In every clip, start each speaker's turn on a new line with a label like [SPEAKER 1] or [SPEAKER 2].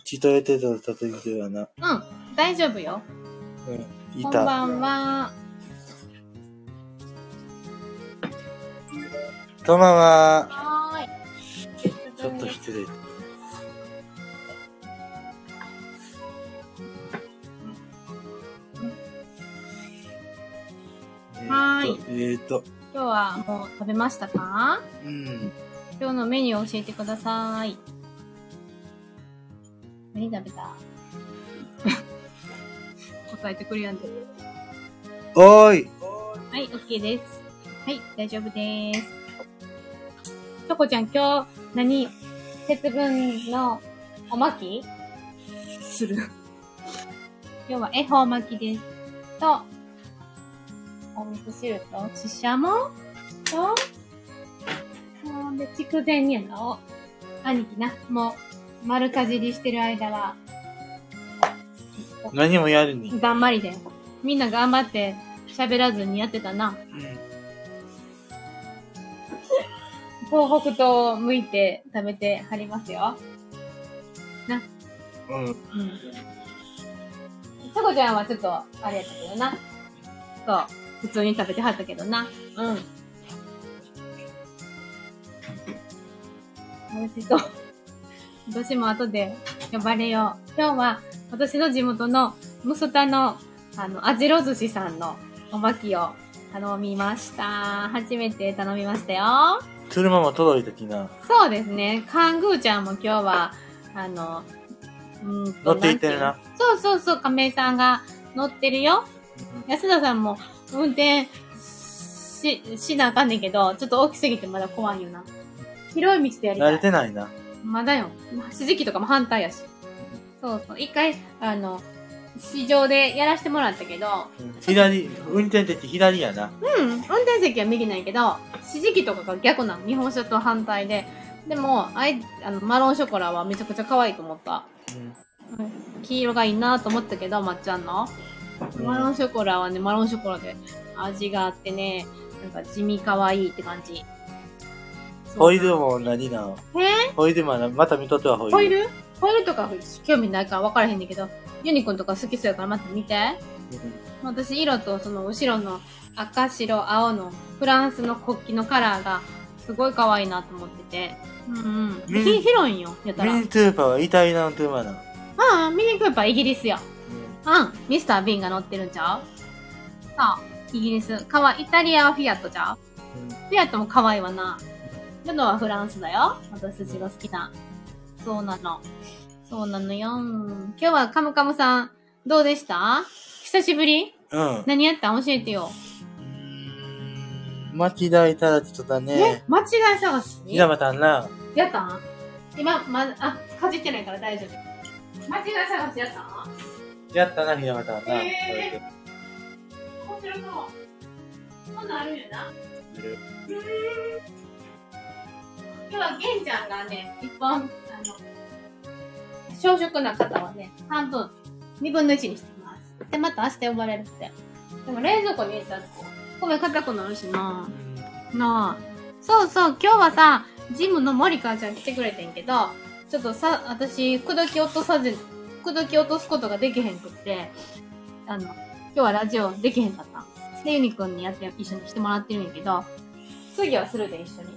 [SPEAKER 1] 口取れてたら叩いてるわな。
[SPEAKER 2] うん、大丈夫よ。
[SPEAKER 1] うん。い
[SPEAKER 2] こんば
[SPEAKER 1] た。
[SPEAKER 2] んは。
[SPEAKER 1] こんばんは。
[SPEAKER 2] はーい。
[SPEAKER 1] ちょっと失礼。
[SPEAKER 2] はー
[SPEAKER 1] い。えーと、
[SPEAKER 2] 今日はもう食べましたか
[SPEAKER 1] うん。
[SPEAKER 2] 今日のメニューを教えてください。何食べた 答えてくれやんで。
[SPEAKER 1] おーい。
[SPEAKER 2] はい、OK です。はい、大丈夫です。チョコちゃん、今日、何節分のおまきする。今日は恵方巻きです。と、お味噌汁と、ししゃもと、ほんで、筑前煮の、兄貴な、もう、丸かじりしてる間は、
[SPEAKER 1] 何もやるに。
[SPEAKER 2] 頑張りで。みんな頑張って、喋らずにやってたな。
[SPEAKER 1] うん。
[SPEAKER 2] 東北と向いて食べてはりますよ。
[SPEAKER 1] うん。
[SPEAKER 2] うん。ちょこちゃんはちょっと、あれやったけどな。そう。普通に食べてはったけどな。うん。美味しそう。私も後で呼ばれよう。今日は私の地元のムソタの、あの、あじろ寿司さんのおまきを頼みました。初めて頼みましたよ。
[SPEAKER 1] 鶴まま届いたきな。
[SPEAKER 2] そうですね。カングーちゃんも今日は、あの、うーん
[SPEAKER 1] 乗っていってる。
[SPEAKER 2] ん
[SPEAKER 1] な
[SPEAKER 2] ていうそうそうそう、亀井さんが乗ってるよ。安田さんも運転し、しなあかんねんけど、ちょっと大きすぎてまだ怖いよな。広い道でやり
[SPEAKER 1] 慣
[SPEAKER 2] た
[SPEAKER 1] れ
[SPEAKER 2] い。
[SPEAKER 1] てないな。
[SPEAKER 2] まだよ。指示器とかも反対やし。そうそう。一回、あの、市場でやらせてもらったけど、
[SPEAKER 1] 左、運転手って左やな。
[SPEAKER 2] うん、運転席は右なんやけど、指示器とかが逆なの。日本酒と反対で。でも、あいあのマロンショコラはめちゃくちゃ可愛いと思った。黄色がいいなと思ったけど、まっちゃんの。
[SPEAKER 1] うん
[SPEAKER 2] マロンショコラはね、マロンショコラで味があってね、なんか地味可愛いって感じ。
[SPEAKER 1] ホイールも何なの
[SPEAKER 2] え
[SPEAKER 1] ホイールもな、また見とってはホイール。
[SPEAKER 2] ホイールホイールとか興味ないから分からへんねんけど、ユニコーンとか好きそうやからまた見て。私色とその後ろの赤白青のフランスの国旗のカラーがすごい可愛いなと思っててうんうん
[SPEAKER 1] ミニ
[SPEAKER 2] ひ広いんよやったら
[SPEAKER 1] ミニトゥーパーはイタリアのトゥーマーなの。
[SPEAKER 2] ああミニクーパーイギリスやうんミスター・ビーンが乗ってるんちゃうそうイギリスかわイタリアはフィアットちゃうフィアットも可愛いわなルノはフランスだよ私たちが好きなそうなのそうなのよ今日はカムカムさんどうでした久しぶり
[SPEAKER 1] うん。うん。
[SPEAKER 2] 何やったん教えてよ
[SPEAKER 1] 巻き台たらちょっとだ
[SPEAKER 2] え
[SPEAKER 1] ね。、
[SPEAKER 2] 間違い探し
[SPEAKER 1] ひなまたんな。
[SPEAKER 2] やったん今、ま、あ、かじってないから大丈夫。間違い探しやったん
[SPEAKER 1] やったな、ひなまたんな。
[SPEAKER 2] え面白そう。こんなんあるんやな。今日は玄ちゃんがね、一本、あの、小食な方はね、半分、二分の一にしてます。で、また明日呼ばれるって。でも冷蔵庫に入れたら、米硬くなるしななあそうそう今日はさジムの森川ちゃん来てくれてんけどちょっとさ私口説き落とさず口説き落とすことができへんくってあの今日はラジオできへんかったでユニくんにやって一緒にしてもらってるんやけど次はするで一緒に、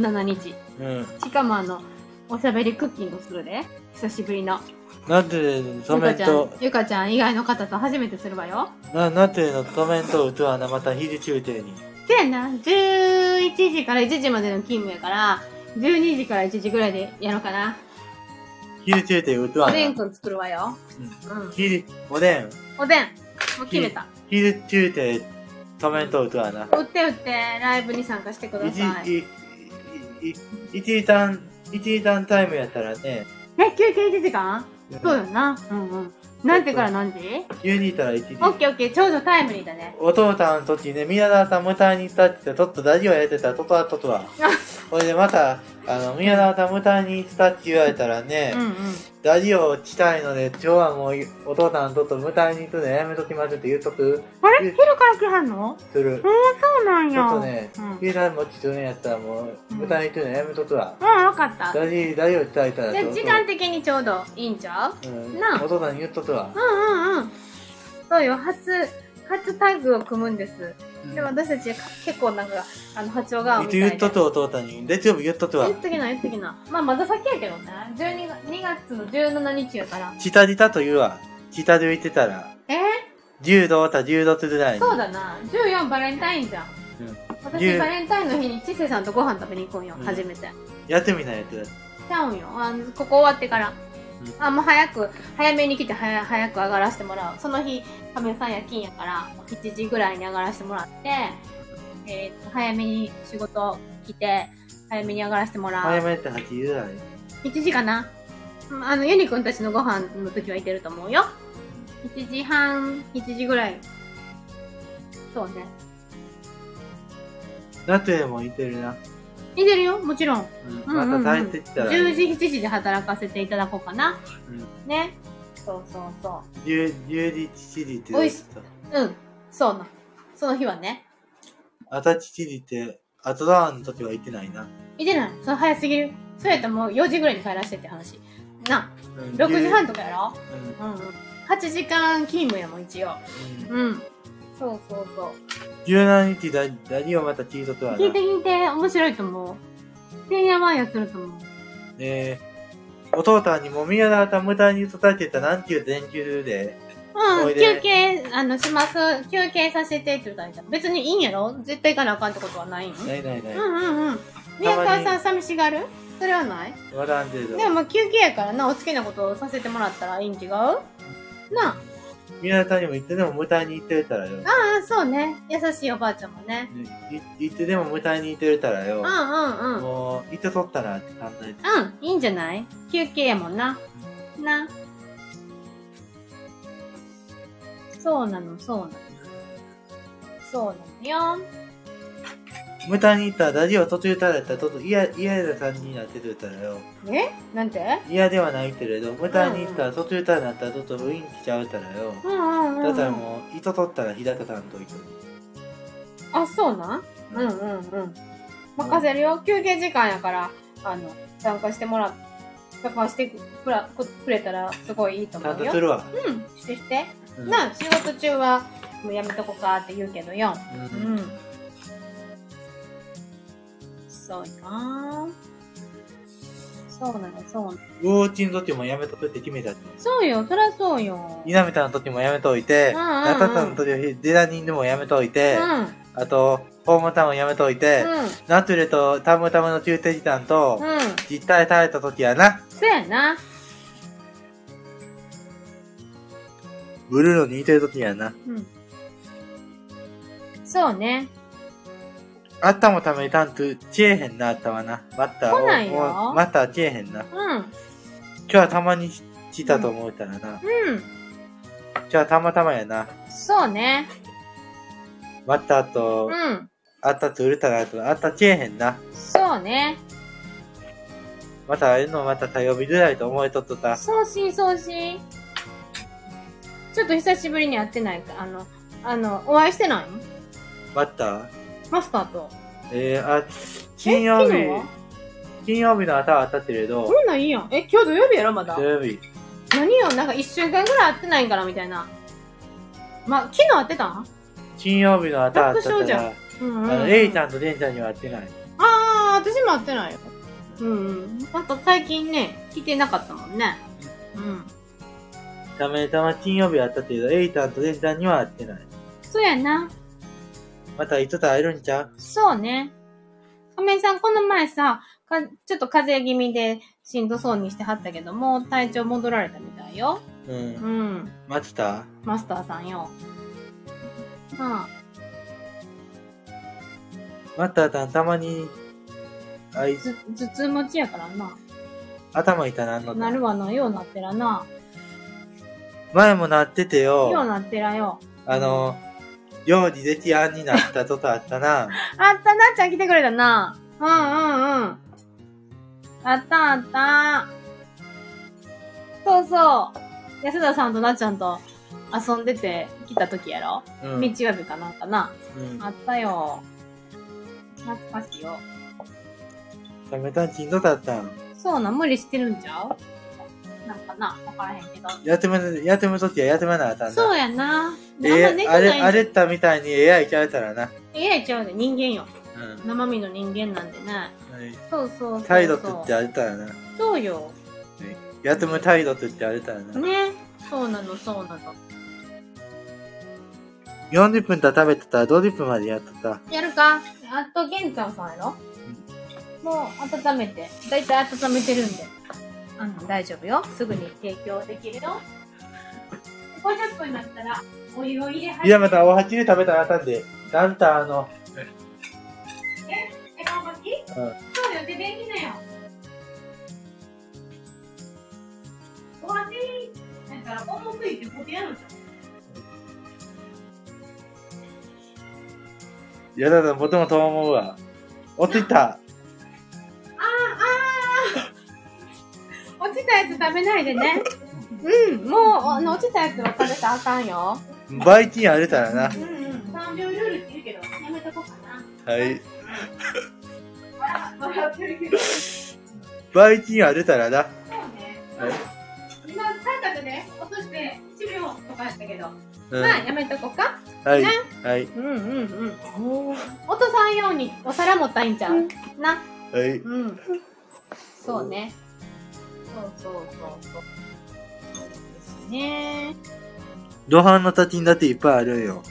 [SPEAKER 1] うん
[SPEAKER 2] 17日
[SPEAKER 1] うん。
[SPEAKER 2] しかもあのおしゃべりクッキングするで久しぶりの
[SPEAKER 1] なんてコ
[SPEAKER 2] ゆ
[SPEAKER 1] メ
[SPEAKER 2] か
[SPEAKER 1] ン
[SPEAKER 2] ちゃん
[SPEAKER 1] ト、
[SPEAKER 2] ゆかちゃん以外の方と初めてするわよ
[SPEAKER 1] な、なんてのコメントを打つわな、またひじ中帝に。
[SPEAKER 2] せやな、11時から1時までの勤務やから、12時から1時ぐらいでやろうかな。
[SPEAKER 1] ひじ中帝打つ
[SPEAKER 2] お
[SPEAKER 1] わ
[SPEAKER 2] でん
[SPEAKER 1] な。
[SPEAKER 2] くん作るわよ。うん。
[SPEAKER 1] ひじ、おでん。
[SPEAKER 2] おでん。もう決めた。
[SPEAKER 1] ひじ中帝、コメントを打つわな。
[SPEAKER 2] 売って売って、ライブに参加してくだ
[SPEAKER 1] 一
[SPEAKER 2] さい。
[SPEAKER 1] 時、いい一時間、一時間タイムやったらね、
[SPEAKER 2] え、休憩1時間
[SPEAKER 1] うん
[SPEAKER 2] そうよな。うんうん。何時から何時
[SPEAKER 1] 家にいたら1時
[SPEAKER 2] オ。ッケーオッケー、ちょうどタイムリーだね。
[SPEAKER 1] お父さんの時ね、宮沢さん迎えに行ったって言って、ちょっとラジオやってた、ととはととは。ほいでまた、あの、宮沢さん迎えに行ったって言われたらね、
[SPEAKER 2] うんうん。
[SPEAKER 1] ラジオしたいので、今日はもうお父さんちょっと迎えに行くのやめときますって言うとく
[SPEAKER 2] あれ昼から来はんの
[SPEAKER 1] する。
[SPEAKER 2] そうなん
[SPEAKER 1] ち
[SPEAKER 2] や。
[SPEAKER 1] ょっとね
[SPEAKER 2] うん、
[SPEAKER 1] ピーラーもちとねやったらもう、
[SPEAKER 2] うん
[SPEAKER 1] 迎えに行くのやめとくわ。
[SPEAKER 2] うん、わかった。
[SPEAKER 1] ラジラジオしたいから
[SPEAKER 2] じ
[SPEAKER 1] ち
[SPEAKER 2] ゃ
[SPEAKER 1] ょっと
[SPEAKER 2] あ時間的にちょうどいいんちゃう
[SPEAKER 1] うん
[SPEAKER 2] なあ
[SPEAKER 1] お父さんに言っとくわ
[SPEAKER 2] う。んうんうん。そうよ、初、初タッグを組むんです。で、
[SPEAKER 1] うん
[SPEAKER 2] 私たち結構なんか、あの、波長が合う
[SPEAKER 1] いつ
[SPEAKER 2] みたいで。
[SPEAKER 1] 言っとくお父さんに、月曜日言っとくわ
[SPEAKER 2] 言。っときな、言っときな。まあ、まだ先やけどね。12月、2月の17日やから。
[SPEAKER 1] チタリタと言うわ。チタで言ってたら、
[SPEAKER 2] え
[SPEAKER 1] 柔道た柔道つぐらい
[SPEAKER 2] ー、
[SPEAKER 1] に。
[SPEAKER 2] そうだな。14バレンタインじゃん。
[SPEAKER 1] うん
[SPEAKER 2] 私、
[SPEAKER 1] 10
[SPEAKER 2] バレンタインの日にちせさんとご飯食べに行くんよ、
[SPEAKER 1] うん
[SPEAKER 2] 初めて。
[SPEAKER 1] やってみないやつ。
[SPEAKER 2] ちゃうんよ。あのここ終わってから。
[SPEAKER 1] う
[SPEAKER 2] あ、もう早く、早めに来て早、早く上がらせてもらう。その日、亀さん夜勤やから、7時ぐらいに上がらせてもらって、えー、と早めに仕事来て、早めに上がらせてもら
[SPEAKER 1] 早
[SPEAKER 2] う。
[SPEAKER 1] めって8時ぐらい。
[SPEAKER 2] 1時かなうんあの、ユニくんたちのご飯の時はいてると思うよ。1時半、1時ぐらい。そうね。
[SPEAKER 1] 夏でもいてるな。
[SPEAKER 2] いてるよ、もちろん。
[SPEAKER 1] うんまた大してきたら。
[SPEAKER 2] 10時、7時で働かせていただこうかな。
[SPEAKER 1] うん
[SPEAKER 2] ね。そうそうそう。
[SPEAKER 1] 10 10時、7時って。
[SPEAKER 2] おいしうん、そうなん。その日はね。
[SPEAKER 1] あた7時って、アトラーンの時は行ってないな。
[SPEAKER 2] いてない。それ早すぎる。そうやったらもう4時ぐらいに帰らしてって話。な、
[SPEAKER 1] うん
[SPEAKER 2] 6時半
[SPEAKER 1] 10
[SPEAKER 2] とかやろ
[SPEAKER 1] うんうん
[SPEAKER 2] うんうん。8時間勤務やもん、一応。うん。そうそうそう。
[SPEAKER 1] 17日だ、ラジオまた聞いとくわな
[SPEAKER 2] 聞い。て聞いて、面白いと思う。てんやわんやすると思う。
[SPEAKER 1] えー、お父さんにも宮沢さん無駄に育てた何級全級で、
[SPEAKER 2] う
[SPEAKER 1] お
[SPEAKER 2] ん、
[SPEAKER 1] いで
[SPEAKER 2] 休憩、あの、します。休憩させてって言ったらいいじゃん別にいいんやろ絶対行かなあかんってことはないんうん
[SPEAKER 1] ないないない。
[SPEAKER 2] うんうん。宮川さん寂しがるそれはない
[SPEAKER 1] 笑わんけど
[SPEAKER 2] で。もまあ休憩やからな、お好きなことをさせてもらったらいいん違うなあ。
[SPEAKER 1] 宮沢さんにもいつでも無駄に行ってたらよ。
[SPEAKER 2] ああ、そうね。優しいおばあちゃんもね。
[SPEAKER 1] ねいいつでも無駄に行ってたら
[SPEAKER 2] う
[SPEAKER 1] よ
[SPEAKER 2] んう。んうん。
[SPEAKER 1] もう、行ってとったらって考えて。
[SPEAKER 2] うん、いいんじゃない休憩やもんな。な。そうなの、そうなの。そうなのよ。
[SPEAKER 1] 無駄に行ったらラジオ途中からやったらちょっと嫌、嫌な感じになってとったらよ。
[SPEAKER 2] えなんて
[SPEAKER 1] 嫌ではないけれど、無駄に行ったら途中からなったらちょっと雰囲気ちゃうたらよ。
[SPEAKER 2] うんうんうんうん。
[SPEAKER 1] だからもう、糸取ったら日高さんと行く。
[SPEAKER 2] あ、そうなんうんうんうん。任せるよ。休憩時間やから、あの、参加してもらっ参加してくらくくれたらすごいいいと
[SPEAKER 1] ちゃん
[SPEAKER 2] 思う
[SPEAKER 1] と
[SPEAKER 2] よ
[SPEAKER 1] す。るわ。
[SPEAKER 2] うん、してして。
[SPEAKER 1] うん
[SPEAKER 2] なあ、仕事中は、もうやめとこかって言うけどよ。
[SPEAKER 1] う
[SPEAKER 2] うんん。そうやなそうなの、そうなの。
[SPEAKER 1] ウォーチの時もやめとくって決めたって。
[SPEAKER 2] そうよ、そらそうよ。
[SPEAKER 1] 稲見さんの時もやめといて、
[SPEAKER 2] うんうんうん
[SPEAKER 1] 中田さんの時、デラニンでもやめというて、
[SPEAKER 2] ん。
[SPEAKER 1] あと、ホームタウンをやめといて、
[SPEAKER 2] う
[SPEAKER 1] ナトゥレとタムタムの宮廷時短と、
[SPEAKER 2] ん。うん。
[SPEAKER 1] 実体耐えた時やな、
[SPEAKER 2] そやな。
[SPEAKER 1] ブルーの似てる時やな、
[SPEAKER 2] うん。そうね。
[SPEAKER 1] あったもためにタントちえへんな、あったわな。また、
[SPEAKER 2] 来ないよ
[SPEAKER 1] おおまたちえへんな。今
[SPEAKER 2] うん。
[SPEAKER 1] 日はたまに来たと思うたらな、
[SPEAKER 2] うん。
[SPEAKER 1] 今日はたまたまやな。
[SPEAKER 2] そうね。
[SPEAKER 1] またあと
[SPEAKER 2] う、ん。
[SPEAKER 1] あったと売れたらあと、あったちえへんな。
[SPEAKER 2] そうね。
[SPEAKER 1] また会えるのまた火曜日ぐらいと思いとっとた。
[SPEAKER 2] 送信送信。ちょっと久しぶりに会ってないか。あの、あの、お会いしてない
[SPEAKER 1] また、
[SPEAKER 2] マスターと。
[SPEAKER 1] えー、あ、金曜日
[SPEAKER 2] え昨日は、
[SPEAKER 1] 金曜日の朝は当たってるけど
[SPEAKER 2] そ、んなんいいやん。え、今日土曜日やろまだ
[SPEAKER 1] 土。曜日、
[SPEAKER 2] 何よ、なんか一週間ぐらい会ってないんかなみたいな。ま、昨日会ってたん
[SPEAKER 1] 金曜日の朝は当
[SPEAKER 2] 楽
[SPEAKER 1] た
[SPEAKER 2] 勝
[SPEAKER 1] っ
[SPEAKER 2] じ
[SPEAKER 1] た
[SPEAKER 2] ゃん
[SPEAKER 1] ら、
[SPEAKER 2] うん
[SPEAKER 1] あ
[SPEAKER 2] うん。
[SPEAKER 1] の、エイちゃんとレンちゃんには会ってない。
[SPEAKER 2] あー、私も会ってないよ。うんうん。なんか最近ね、来てなかったもんね。うん。
[SPEAKER 1] ためたま金曜日は当たってるけど、エイちゃんとレンちゃんには会ってない。
[SPEAKER 2] そうやな。
[SPEAKER 1] またいつと会えるんちゃう
[SPEAKER 2] そうね。亀井さん、この前さ、かちょっと風邪気味でしんどそうにしてはったけども、体調戻られたみたいよ。
[SPEAKER 1] う。
[SPEAKER 2] うんん。
[SPEAKER 1] 待ってた
[SPEAKER 2] マスターさんよ。うん。
[SPEAKER 1] 待ったたんたまに、あいつ、
[SPEAKER 2] ず、頭痛持ちやからな。
[SPEAKER 1] 頭痛なんの
[SPEAKER 2] な
[SPEAKER 1] だ
[SPEAKER 2] るわな、ようなってらな。
[SPEAKER 1] 前もなってて
[SPEAKER 2] よう
[SPEAKER 1] よ、
[SPEAKER 2] なってらよ。
[SPEAKER 1] あの、料理できあんになったとこあった な。
[SPEAKER 2] あった、なっちゃん来てくれたな。うんうんうん。あったあった。そうそう。安田さんとなっちゃんと遊んでて来た時やろ、
[SPEAKER 1] うん。
[SPEAKER 2] 日曜日かなんかな。
[SPEAKER 1] うん
[SPEAKER 2] あったよ。懐かしいよ。
[SPEAKER 1] ためたんしんどかったん。
[SPEAKER 2] そうなん、無理してるんちゃうなんかな、わからへんけど。
[SPEAKER 1] やってむ、やってむときはやってむなあたんだ。
[SPEAKER 2] そうやな。
[SPEAKER 1] え
[SPEAKER 2] 生で
[SPEAKER 1] ー、
[SPEAKER 2] きな
[SPEAKER 1] あ
[SPEAKER 2] い
[SPEAKER 1] れ、
[SPEAKER 2] ん
[SPEAKER 1] あれったみたいに AI ちゃうたらな。
[SPEAKER 2] いや違うね、人間よ。
[SPEAKER 1] う
[SPEAKER 2] 生身の人間なんでね。
[SPEAKER 1] ん。
[SPEAKER 2] そうそうそうそう。
[SPEAKER 1] 態度ってってあれたらな。
[SPEAKER 2] そうよ。
[SPEAKER 1] やってむ態度ってってあれたらな。
[SPEAKER 2] ね。そうなの、そうなの。
[SPEAKER 1] 40分た食べてたら50分までやっとった。
[SPEAKER 2] やるかあと、玄関さんやろ、もう、温めて。だいたい温めてるんで。あの、大丈夫よ。すぐに提供できるよ。50分だったら、お湯を入れ始め
[SPEAKER 1] いや、またお鉢で食べたらあたんで、なんたあの、
[SPEAKER 2] え、頑張って。そうよ、で、便利だよ。お箸、なんか、重くいってこてやるじ
[SPEAKER 1] いやだだ、僕もと思うわ。落ちた。
[SPEAKER 2] ゃ ん。落ちたやつ食べないで ね。うん、もう、あの、落ちたやつは食べたらあかんよ。
[SPEAKER 1] バイキンあれたらな。
[SPEAKER 2] うんうん。3秒ルールって言うけど、やめとこうかな。
[SPEAKER 1] はい。
[SPEAKER 2] 笑ってるけど。そ
[SPEAKER 1] バイキンあれたらな。
[SPEAKER 2] うね。
[SPEAKER 1] はい
[SPEAKER 2] 今、三角で落として1秒とかやったけど、
[SPEAKER 1] うん。
[SPEAKER 2] まあ、やめとこうか。
[SPEAKER 1] はい
[SPEAKER 2] ね。
[SPEAKER 1] はい。
[SPEAKER 2] うんうんうん。落とさんようにお皿持ったらいいんちゃう、な。
[SPEAKER 1] はい。
[SPEAKER 2] うん。そうね。そうそうそうそう。そうですね。
[SPEAKER 1] 土飯の滝にだっていっぱいあるんよ。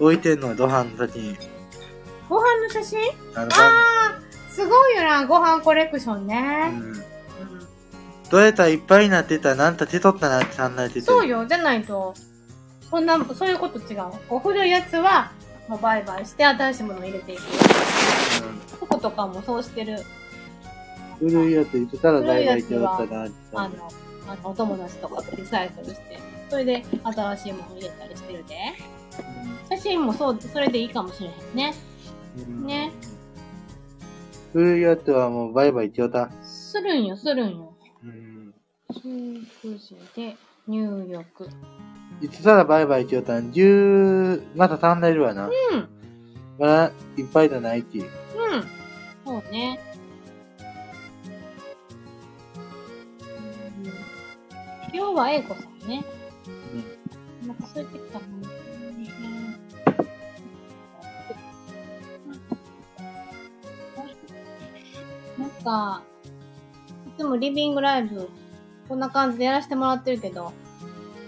[SPEAKER 1] 置いてんのは土飯の滝に。
[SPEAKER 2] ご飯の写真
[SPEAKER 1] あの、
[SPEAKER 2] あーすごいよな、ご飯コレクション
[SPEAKER 1] う
[SPEAKER 2] ね。
[SPEAKER 1] ん。どれたいっぱいになってたら、なんた手取ったなって考えてて。
[SPEAKER 2] そう
[SPEAKER 1] よ。
[SPEAKER 2] よ、じゃないと、そんな、そういうこと違う。こう古いやつは、もう売買して新しいものを入れていく。こことかもそうしてる。
[SPEAKER 1] うん。古いやつ言ってたら
[SPEAKER 2] 古
[SPEAKER 1] 大
[SPEAKER 2] いや
[SPEAKER 1] 体
[SPEAKER 2] つ
[SPEAKER 1] 手取
[SPEAKER 2] は
[SPEAKER 1] ったなって
[SPEAKER 2] あの、あのお友達とかとリサイクルして。それで新しいものを入れたりしてるで。写真もそう、それでいいかもしれへんね。
[SPEAKER 1] うん
[SPEAKER 2] ね。
[SPEAKER 1] 古いやつはもうバイバイ手取った。
[SPEAKER 2] するんよ、するんよ。
[SPEAKER 1] うん。
[SPEAKER 2] 19時で入浴。
[SPEAKER 1] 言ってたらバイバイ手取ったん、十、また足んでるわな。
[SPEAKER 2] うん、うん。
[SPEAKER 1] まだいっぱいじゃないっていう。
[SPEAKER 2] そうね。うん今日は A 子さんね。なんかそうやってきたもんね。なんか、いつもリビングライブ、こんな感じでやらせてもらってるけど、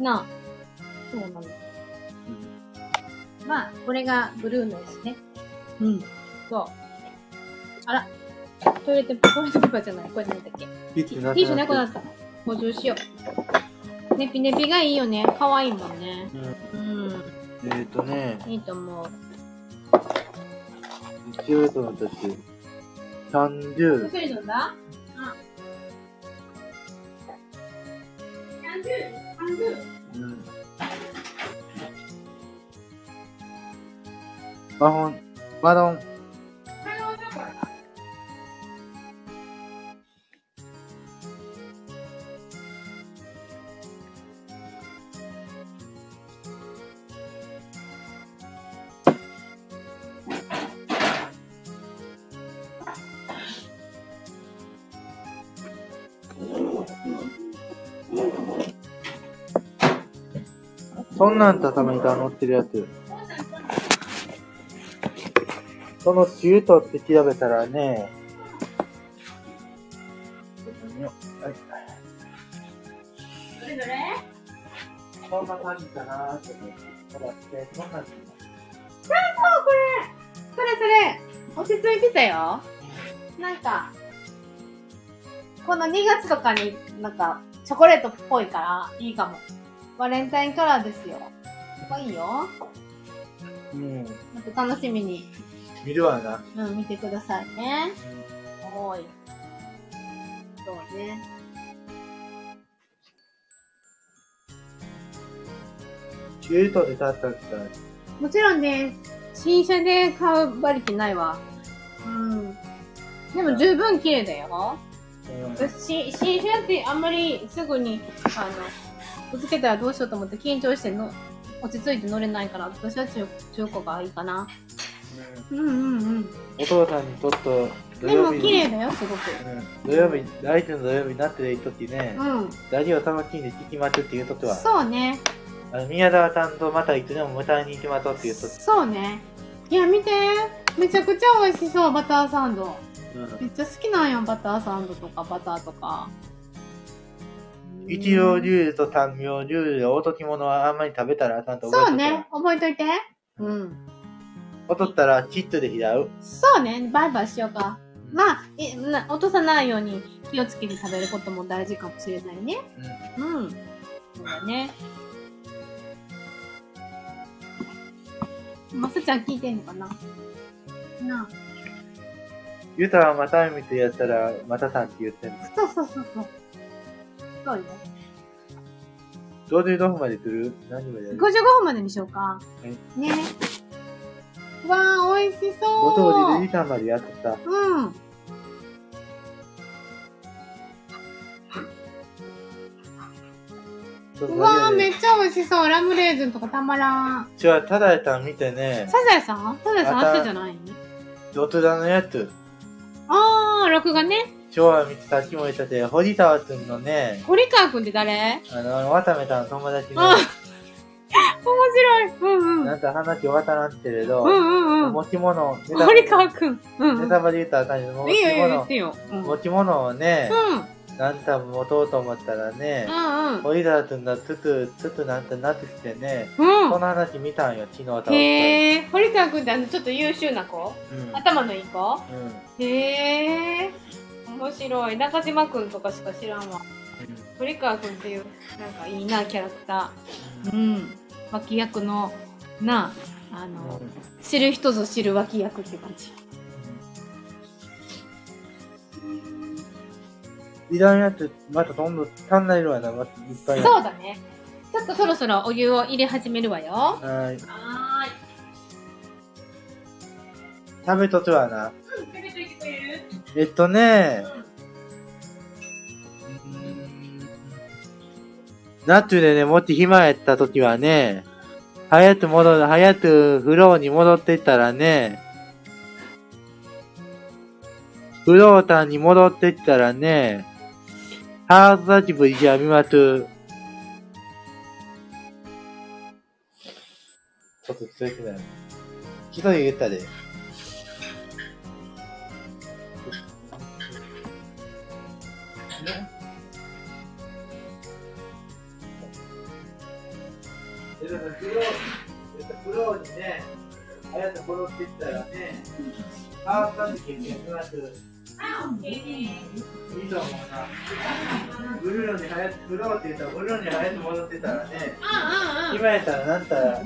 [SPEAKER 2] なあ、そうなの。まあ、これがブルーのですね。うん。そう。あら、トイレットペーパー、トイレットペーパーじゃない。これなんだっけ
[SPEAKER 1] ピッて
[SPEAKER 2] ティ
[SPEAKER 1] な
[SPEAKER 2] ッ
[SPEAKER 1] く
[SPEAKER 2] シュなくなった。補充しよう。ネピネピがいいよね。可愛いもんね。うん。
[SPEAKER 1] えーとね、
[SPEAKER 2] いいと思う。
[SPEAKER 1] 一応と私、三十、
[SPEAKER 2] 薬飲んだ
[SPEAKER 1] うん。マホン、マロン、そんなん畳板乗ってるやつ。その中途って調べたらね、はい
[SPEAKER 2] どれどれ
[SPEAKER 1] そんな感じかなーって思って。ただえーそんなんじゃ
[SPEAKER 2] それそれ落ち着いてたよなんかこの2月とかになんかチョコレートっぽいからいいかもバレンタインカラーですよかいい
[SPEAKER 1] な
[SPEAKER 2] よ
[SPEAKER 1] いうん。
[SPEAKER 2] なんか楽しみに、
[SPEAKER 1] 見るわな。
[SPEAKER 2] うん、見てくださいねおーいそうね
[SPEAKER 1] 中途で立ったんですか
[SPEAKER 2] もちろんね、新車で買う馬力ないわ。うん。でも十分綺麗だよ。私、新車ってあんまりすぐに、あの、ぶつけたらどうしようと思って緊張しての、落ち着いて乗れないから、私は中中古がいいかな。うんうんうん。
[SPEAKER 1] お父さんにとっと土
[SPEAKER 2] で
[SPEAKER 1] 曜
[SPEAKER 2] も綺
[SPEAKER 1] 日
[SPEAKER 2] 麗だよ、すごく。
[SPEAKER 1] うん土曜日、来週の土曜日になってる時ね、
[SPEAKER 2] うん。
[SPEAKER 1] ラジオ楽しんで聞きまちょっていうときは、
[SPEAKER 2] そうね。
[SPEAKER 1] あの宮沢さんとまたいつでも迎えに行きましょうっていうとき、
[SPEAKER 2] そうね。いや、見て。めちゃくちゃ美味しそう、バターサンド。めっちゃ好きなんや、バターサンドとか、バターとか。
[SPEAKER 1] 一両ルールと三両ルールでおとき物はあんまり食べたらあかんと思
[SPEAKER 2] そううね。覚えといて。うん。
[SPEAKER 1] おとったらチットで拾う
[SPEAKER 2] そうね。バイバイしようか。まあ、えな落とさないように気をつけて食べることも大事かもしれないね。
[SPEAKER 1] う
[SPEAKER 2] うん。そうだね。まさちゃん聞いてんのかななあ。
[SPEAKER 1] ユタはまた見てやったらまたさんって言ってんの
[SPEAKER 2] そうそうそうそう。そうよ。
[SPEAKER 1] 55分まで来る何までやる
[SPEAKER 2] 55分までにしようか
[SPEAKER 1] は。
[SPEAKER 2] ね。わあ、美味し
[SPEAKER 1] ご当時
[SPEAKER 2] そ
[SPEAKER 1] で時間までやってた
[SPEAKER 2] う。うん。
[SPEAKER 1] そう
[SPEAKER 2] わあ、め
[SPEAKER 1] っ
[SPEAKER 2] っちゃ美味しそう。ラムレーズンとかたまらん。
[SPEAKER 1] ちゃただやさん見てね
[SPEAKER 2] サザエさんサザエさん
[SPEAKER 1] また
[SPEAKER 2] 明日じゃない
[SPEAKER 1] ドトダのやつ
[SPEAKER 2] ああ、録画ね。
[SPEAKER 1] 今日は見てさっきも言ったて堀川くんのね
[SPEAKER 2] 堀川くんって誰
[SPEAKER 1] あの渡めたの友達の
[SPEAKER 2] あ面白い。うんうん。
[SPEAKER 1] なんか話わたらんけれ
[SPEAKER 2] う
[SPEAKER 1] ど、
[SPEAKER 2] んうんうん。
[SPEAKER 1] 持ち物ネタ
[SPEAKER 2] 堀川くん。うんう
[SPEAKER 1] ネ
[SPEAKER 2] ん。
[SPEAKER 1] タバレ言ったらあかんけど持
[SPEAKER 2] いい
[SPEAKER 1] ち
[SPEAKER 2] よいいよ、言
[SPEAKER 1] 物
[SPEAKER 2] ってよ。うん。うん
[SPEAKER 1] 持ち物をね、
[SPEAKER 2] う
[SPEAKER 1] なんか持とうと思ったらね、
[SPEAKER 2] ん
[SPEAKER 1] オリラー君がつつ、つつなんてなってきてね、
[SPEAKER 2] うん。
[SPEAKER 1] こ
[SPEAKER 2] う
[SPEAKER 1] の話見たんよ、昨日倒し
[SPEAKER 2] ん。
[SPEAKER 1] た。
[SPEAKER 2] へえ。堀川くんってあの、ちょっと優秀な子
[SPEAKER 1] うん。
[SPEAKER 2] 頭のいい子
[SPEAKER 1] うん。うん
[SPEAKER 2] へえ。面白い。中島くんとかしか知らんわ。堀川くんっていう、なんかいいな、キャラクター。うん。脇役の、なあ、あの、知る人ぞ知る脇役って感じ。
[SPEAKER 1] いらんやつ、またどんどん足んないわな、またいっぱい。
[SPEAKER 2] そうだね。ちょっとそろそろお湯を入れ始めるわよ。
[SPEAKER 1] はい。
[SPEAKER 2] は
[SPEAKER 1] 食べとつわな。
[SPEAKER 2] ーい。食べといてくれる
[SPEAKER 1] えっとね、ナッツでね、もし暇やった時はね、早く戻る、早くフローに戻ってったらね、フロータンに戻ってったらね、ハーフラジブリじゃ見ます。ちょっと強くない。一人言ったで。でだからフロー、フローにね、あやと戻ってきたらね、ハーフカジキになく、い
[SPEAKER 2] あ、オッケーね。
[SPEAKER 1] いと思うな。ブルーロに早く、フローって言ったら、ブルーロに早く戻ってたらね、
[SPEAKER 2] あああ
[SPEAKER 1] 今やったらなんたら、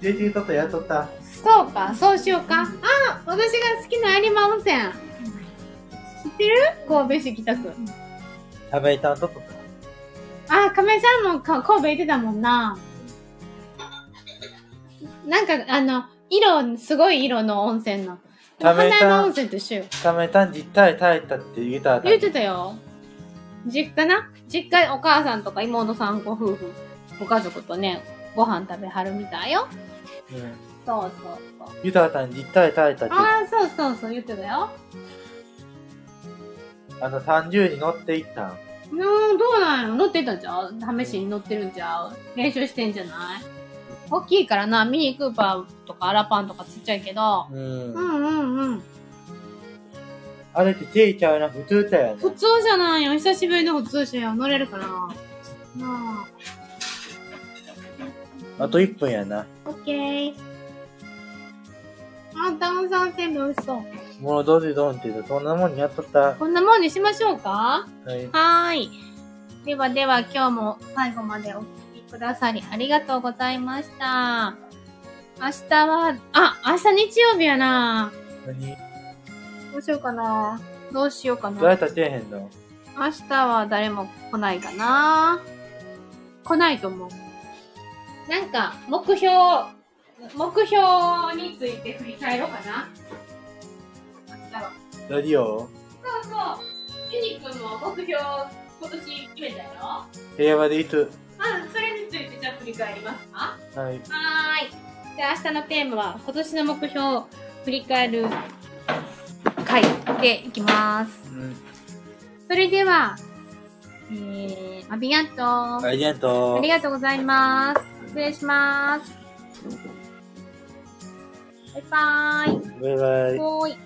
[SPEAKER 1] ジェジュとっとやっとった。
[SPEAKER 2] そうか、そうしようか。あ、私が好きな有馬温泉。知ってる神戸市北区。
[SPEAKER 1] 食べたんとっとっ
[SPEAKER 2] あ、亀井さんもか神戸行ってたもんな。なんか、あの、色、すごい色の温泉の。でも
[SPEAKER 1] 亀井
[SPEAKER 2] 花
[SPEAKER 1] さん
[SPEAKER 2] 山温泉と一緒よ。
[SPEAKER 1] た。食べたん実体耐えたって言うたら、
[SPEAKER 2] 言ってたよ。実家な実家、お母さんとか妹さんご夫婦、ご家族とね、ご飯食べはるみたいよ。
[SPEAKER 1] うん
[SPEAKER 2] そうそうそう。
[SPEAKER 1] 言うたら実体耐えたって言う、
[SPEAKER 2] ああ、そうそうそう、言ってたよ。
[SPEAKER 1] あの30に乗っていったん。
[SPEAKER 2] うん、どうなんやろ乗ってたんちゃう試しに乗ってるんちゃう練習してんじゃない大きいからな、ミニクーパーとかアラパンとかちっちゃいけど。
[SPEAKER 1] うん
[SPEAKER 2] うんうんうん。
[SPEAKER 1] あれって手いちゃうな、普通だよね。
[SPEAKER 2] 普通じゃないよ。久しぶりの普通車よ。乗れるかな。な
[SPEAKER 1] あと1分やな。
[SPEAKER 2] あ、オッケー。あ、ダウンさん全部美味しそう。
[SPEAKER 1] もうどうどんって言うと、そんなもんにやっとった。
[SPEAKER 2] こんなもんにしましょうか
[SPEAKER 1] はい。
[SPEAKER 2] はーい。ではでは今日も最後までお聴きくださりありがとうございました。明日は、あ、明日日曜日やな。
[SPEAKER 1] 何
[SPEAKER 2] どうしようかな。どうしようかな。
[SPEAKER 1] どうやっ
[SPEAKER 2] 明
[SPEAKER 1] たら出えへんの
[SPEAKER 2] 日は誰も来ないかな。来ないと思う。なんか、目標、目標について振り返ろうかな。明日は。
[SPEAKER 1] ラジオ
[SPEAKER 2] そうそう。ユニくんも目標、今年決めたやろあ、
[SPEAKER 1] 平和でいつ
[SPEAKER 2] それについてじゃあ振り返りますかは
[SPEAKER 1] はい。
[SPEAKER 2] ーい。じゃあ明日のテーマは、今年の目標を振り返る回でいきます。
[SPEAKER 1] うん。
[SPEAKER 2] それでは、えー、アビアント。
[SPEAKER 1] ありがと
[SPEAKER 2] あ
[SPEAKER 1] う
[SPEAKER 2] り。がとうございます。失礼します。バイバーイ。
[SPEAKER 1] バイバイ。
[SPEAKER 2] ほーい。